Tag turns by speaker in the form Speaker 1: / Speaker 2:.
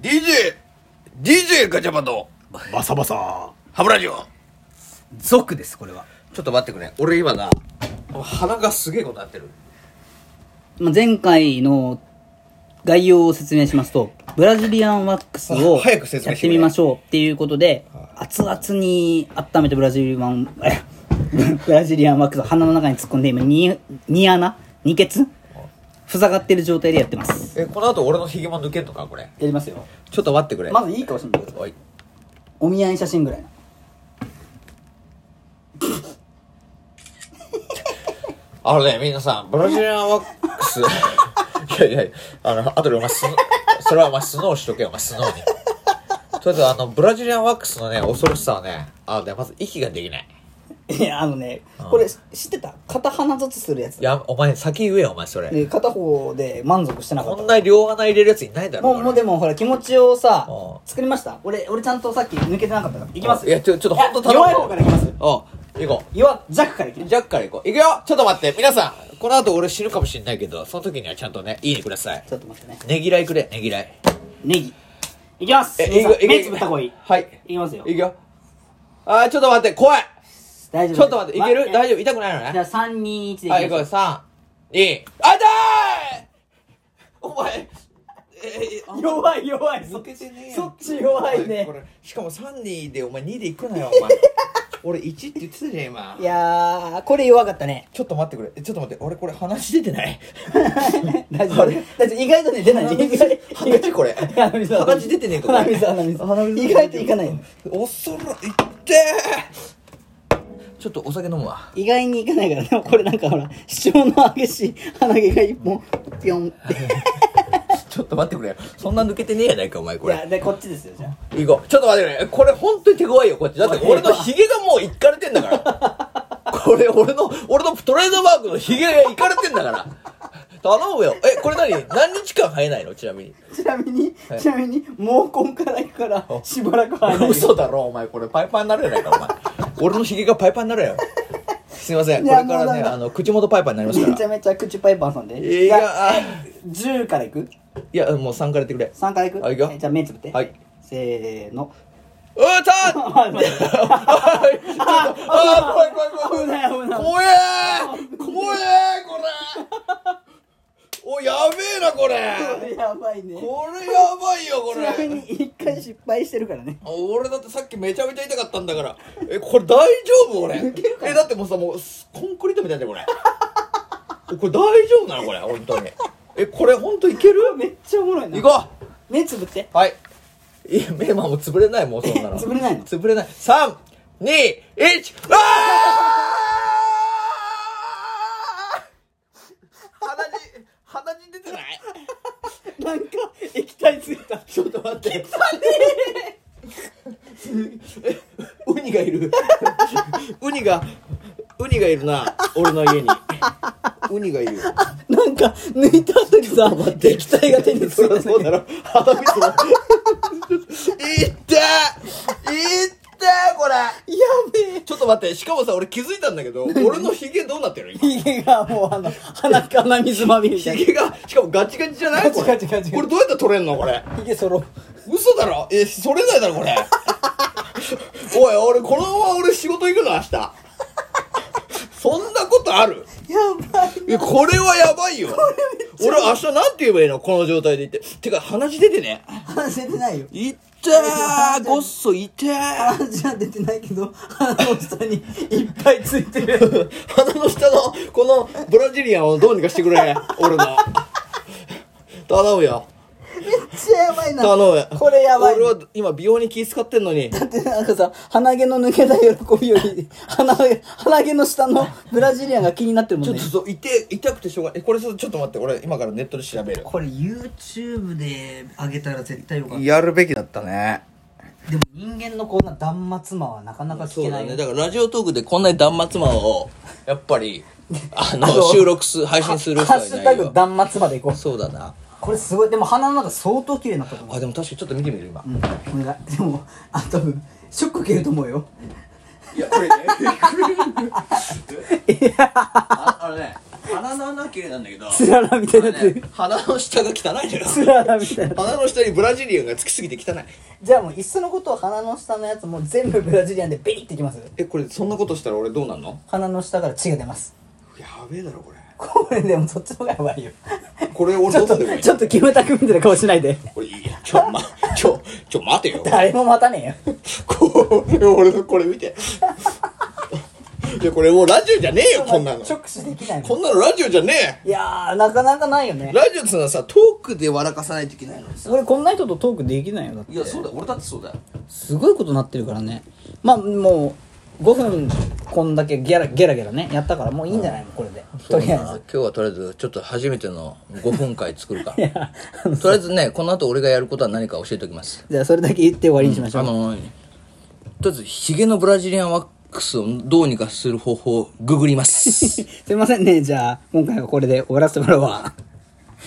Speaker 1: DJ、DJ ガチャバと、
Speaker 2: バサバサ
Speaker 1: ハブラジオ。
Speaker 3: 族ですこれは、
Speaker 1: ちょっと待ってくれ。俺今な、鼻がすげえことなってる。
Speaker 3: まあ、前回の概要を説明しますとブラジリアンワックスを
Speaker 1: あ早く説
Speaker 3: や
Speaker 1: 明して
Speaker 3: って
Speaker 1: くれ
Speaker 3: みましょうっていうことで熱々に温めてブラジリアン ブラジリアンワックスを鼻の中に突っ込んで今にに穴二ケツ塞がってる状態でやってます
Speaker 1: え、この後俺のヒゲも抜けんのかこれ。
Speaker 3: やりますよ
Speaker 1: ちょっと待ってくれ。
Speaker 3: まずいい顔してみてください
Speaker 1: おい。
Speaker 3: お見合い写真ぐらいの
Speaker 1: あのね、みんなさん、ブラジリアンワック ス。いやいや、あの、後でお前スノー、それはお前スノーしとけよ、お前スノーに。とりあえず、あの、ブラジリアンワックスのね、恐ろしさはね、あのね、まず息ができない。
Speaker 3: いやあのねこれ知ってた片鼻ずつするやつ
Speaker 1: いや、お前先言えよ、お前それ。
Speaker 3: で片方で満足してなかった
Speaker 1: こんな両穴入れるやついないだろ。
Speaker 3: もうもうで
Speaker 1: も、
Speaker 3: もほら気持ちをさ
Speaker 1: ああ
Speaker 3: 作りました俺俺ちゃんとさっき抜けてなかったからいきます
Speaker 1: いや、ちょ、ちょっとほんと頼む。
Speaker 3: 弱い方からいきます
Speaker 1: うん。行こ
Speaker 3: 弱弱からいき
Speaker 1: う。
Speaker 3: ます
Speaker 1: ジャックから行こう。行くよちょっと待って、皆さん、この後俺死ぬかもしんないけど、その時にはちゃんとね、いいねください。
Speaker 3: ちょっと待ってね
Speaker 1: ねぎらいくれ、ねぎらい。
Speaker 3: ネギいきます
Speaker 1: え、
Speaker 3: 皆
Speaker 1: 行
Speaker 3: さん
Speaker 1: くよ、
Speaker 3: 目つぶった方がいい
Speaker 1: はい。
Speaker 3: いきますよ
Speaker 1: 行くよ。あー、ちょっと待って、怖い
Speaker 3: 大丈夫
Speaker 1: ちょっと待って、いける大
Speaker 3: 丈
Speaker 1: 丈夫痛くないの
Speaker 3: じゃ
Speaker 1: ね
Speaker 3: あ321で
Speaker 1: はい、
Speaker 3: い
Speaker 1: 行
Speaker 3: き
Speaker 1: こ
Speaker 3: ま
Speaker 1: う、
Speaker 3: す
Speaker 1: 3、2、あ痛いお前、えー、
Speaker 3: 弱い弱いそ
Speaker 1: 抜けてねえやん
Speaker 3: そっち弱いね
Speaker 1: これしかも3、2で、お前2で行くなよ、お前。俺1って言ってたじゃん、今
Speaker 3: い。やーこれ弱かったね
Speaker 1: ちょっと待ってくれ。えちょっと待って、俺これ話出てない
Speaker 3: 大丈夫だって意外とね出ない
Speaker 1: 鼻
Speaker 3: 意外
Speaker 1: 鼻血これ
Speaker 3: 鼻水
Speaker 1: 鼻血出てねえかこれ
Speaker 3: 鼻水鼻水
Speaker 1: 鼻水
Speaker 3: 意外といかないよ
Speaker 1: 恐ろいってーちょっとお酒飲むわ。
Speaker 3: 意外にいかないからねこれなんかほら主張の激しい鼻毛が一本ピョンって
Speaker 1: ちょっと待ってくれよ。そんな抜けてねえ やないか、お前こ
Speaker 3: い
Speaker 1: れ。
Speaker 3: やでこっちですよじゃあ
Speaker 1: 行こう。ちょっと待ってくれ。これ本当に手強いよ、こっち。だって俺のヒゲがもういっかれてんだから。これ俺の、俺のトレードマークのヒゲがいかれてんだから。頼むよ。え、これ何何日間生えないのちなみに。
Speaker 3: ちなみに、ちなみに毛根から行くからしばらくはない
Speaker 1: 嘘だろお前これパイパンになるやないかお前俺のひげがパイパンになるやろすいません
Speaker 3: い
Speaker 1: こ
Speaker 3: や
Speaker 1: れから
Speaker 3: もう
Speaker 1: ね
Speaker 3: なんだ
Speaker 1: あの口元パイパンになりますか
Speaker 3: めち
Speaker 1: ら
Speaker 3: ゃめちゃ口パイパンさんで
Speaker 1: いやあ
Speaker 3: 10から行く
Speaker 1: いやもう3からやってくれ
Speaker 3: ?3 から行く
Speaker 1: あ行くよ
Speaker 3: はいじゃあ目つぶって
Speaker 1: はい
Speaker 3: せーの
Speaker 1: うーたん
Speaker 3: あ待って
Speaker 1: あー怖い怖い怖
Speaker 3: 危
Speaker 1: い怖い
Speaker 3: ない危ない
Speaker 1: 怖え怖えこれおやべえなこ
Speaker 3: こ
Speaker 1: れ
Speaker 3: れやばいね
Speaker 1: これやばいよこ
Speaker 3: ちなみ
Speaker 1: れ
Speaker 3: に一回失敗してるからね
Speaker 1: 俺だってさっきめちゃめちゃ痛かったんだからえこれ大丈夫俺
Speaker 3: 抜けるかな
Speaker 1: えだってもうさもうすコンクリートみたいだよこれえこれ大丈夫なのこれ本当にえこれ本当いける
Speaker 3: めっちゃおもろいな
Speaker 1: 行こ
Speaker 3: 目つぶって
Speaker 1: うはいいや目はもう潰れないもうそんなの
Speaker 3: 潰れないの
Speaker 1: 潰れない321わあ鼻に鼻に出てない
Speaker 3: なんか液体ついた
Speaker 1: ちょっと待って。えウニがいる。ウニが、ウニがいるな、俺の家に。ウニがいる。
Speaker 3: なんか抜いた後にさ液体が手につ
Speaker 1: そ
Speaker 3: い
Speaker 1: りゃ
Speaker 3: た
Speaker 1: そうだろ。肌見 ても。いったいったこれ
Speaker 3: やべえ
Speaker 1: ちょっと待って、しかもさ、俺気づいたんだけど、俺のヒゲどうなってる今。
Speaker 3: ヒゲがもうあの鼻から水まみれみたいな
Speaker 1: ヒゲが、しかもガチガチじゃないこれ。
Speaker 3: ガチガチガチ
Speaker 1: これどうやって取れんのこれ。
Speaker 3: ヒゲそろ
Speaker 1: 嘘だろえ、それないだろ、これ。 おい、俺、このまま俺仕事行くの、明日。そんなことある
Speaker 3: やばい
Speaker 1: いやこれはやばいよ。俺、明日なんて言えばいいのこの状態で言って。てか、鼻血出てね。
Speaker 3: 鼻血出てないよ
Speaker 1: いってーごっそいってー
Speaker 3: 鼻血は出てないけど鼻の下にいっぱいついてる
Speaker 1: 鼻の下の、このブラジリアンをどうにかしてくれ。俺の。頼むよ。
Speaker 3: めっちゃやばいな
Speaker 1: 頼むよ。
Speaker 3: これやばい
Speaker 1: 俺は今、美容に気使ってんのに。
Speaker 3: だってなんかさ鼻毛の抜けた喜びより鼻毛鼻毛の下のブラジリアンが気になってるも
Speaker 1: ち
Speaker 3: ん
Speaker 1: ょっ
Speaker 3: ね
Speaker 1: とそう痛い痛くてしょうがないえこれさちょっと待って俺今からネットで調べる
Speaker 3: これ YouTube で上げたら絶対よかっ
Speaker 1: やるべきだったね
Speaker 3: たでも人間のこんな断末魔はなかなか聞
Speaker 1: そう
Speaker 3: けな
Speaker 1: だ
Speaker 3: い
Speaker 1: ね
Speaker 3: よ
Speaker 1: だからラジオトークでこんなに断末魔をやっぱりあの
Speaker 3: あの
Speaker 1: 収録す配信する人
Speaker 3: ハッ
Speaker 1: は
Speaker 3: シ
Speaker 1: い
Speaker 3: ュ
Speaker 1: な
Speaker 3: タ
Speaker 1: い
Speaker 3: グ
Speaker 1: よ
Speaker 3: 断末魔でいこう
Speaker 1: そうだな
Speaker 3: これすごいでも鼻の中相当綺麗になったと思う
Speaker 1: あでも確かにちょっと見てみる今、
Speaker 3: うんお願いでもあ多分ショック受けると思うよ
Speaker 1: いやこれね ああのね鼻の穴綺麗なんだけど、
Speaker 3: つららみたいになって
Speaker 1: ね
Speaker 3: る。、
Speaker 1: 鼻の下が汚いのよ。
Speaker 3: つららみたいな。
Speaker 1: 鼻の下にブラジリアンがつきすぎて汚い。
Speaker 3: じゃあもう、いっそのことを鼻の下のやつもう全部ブラジリアンでビリっていきます
Speaker 1: え、これそんなことしたら俺どうなんの
Speaker 3: 鼻の下から血が出ます。
Speaker 1: やべえだろ、これ。
Speaker 3: これでもそっちの方がやばいよ。
Speaker 1: これ
Speaker 3: ち
Speaker 1: 俺
Speaker 3: ょっ
Speaker 1: ど
Speaker 3: と
Speaker 1: うでもい、い
Speaker 3: ちょっとキムタクみたいな顔しないで。
Speaker 1: これいいや、ちょ、ま、ちょ、ちょ、待てよ。
Speaker 3: 誰も待たねえよ。
Speaker 1: これ、俺のこれ見て。いや、これもうラジオじゃねえよ、こんなの。
Speaker 3: 直視できないも
Speaker 1: こ
Speaker 3: ん。
Speaker 1: んなのラジオじゃねえ
Speaker 3: いやー、なかなかないよね。
Speaker 1: ラジオっつうのはさ、トークで笑かさないといけないのにさ。
Speaker 3: 俺こんな人とトークできないよ。だって
Speaker 1: いや、そうだよ、俺だってそうだよ。
Speaker 3: すごいことなってるからねまあもう5分こんだけギャラギャラギャラねやったからもういいんじゃないのこれでとりあえず
Speaker 1: 今日はとりあえず、ちょっと初めての5分回作るか
Speaker 3: いやあの
Speaker 1: とりあえずね、この後俺がやることは何か教えておきます。
Speaker 3: じゃあそれだけ言って終わりにしましょ
Speaker 1: あ
Speaker 3: う、
Speaker 1: の、とりあえず、ヒゲのブラジリアンワックスをどうにかする方法をググります。
Speaker 3: すいませんねじゃあ今回はこれで終わらせてもらうわ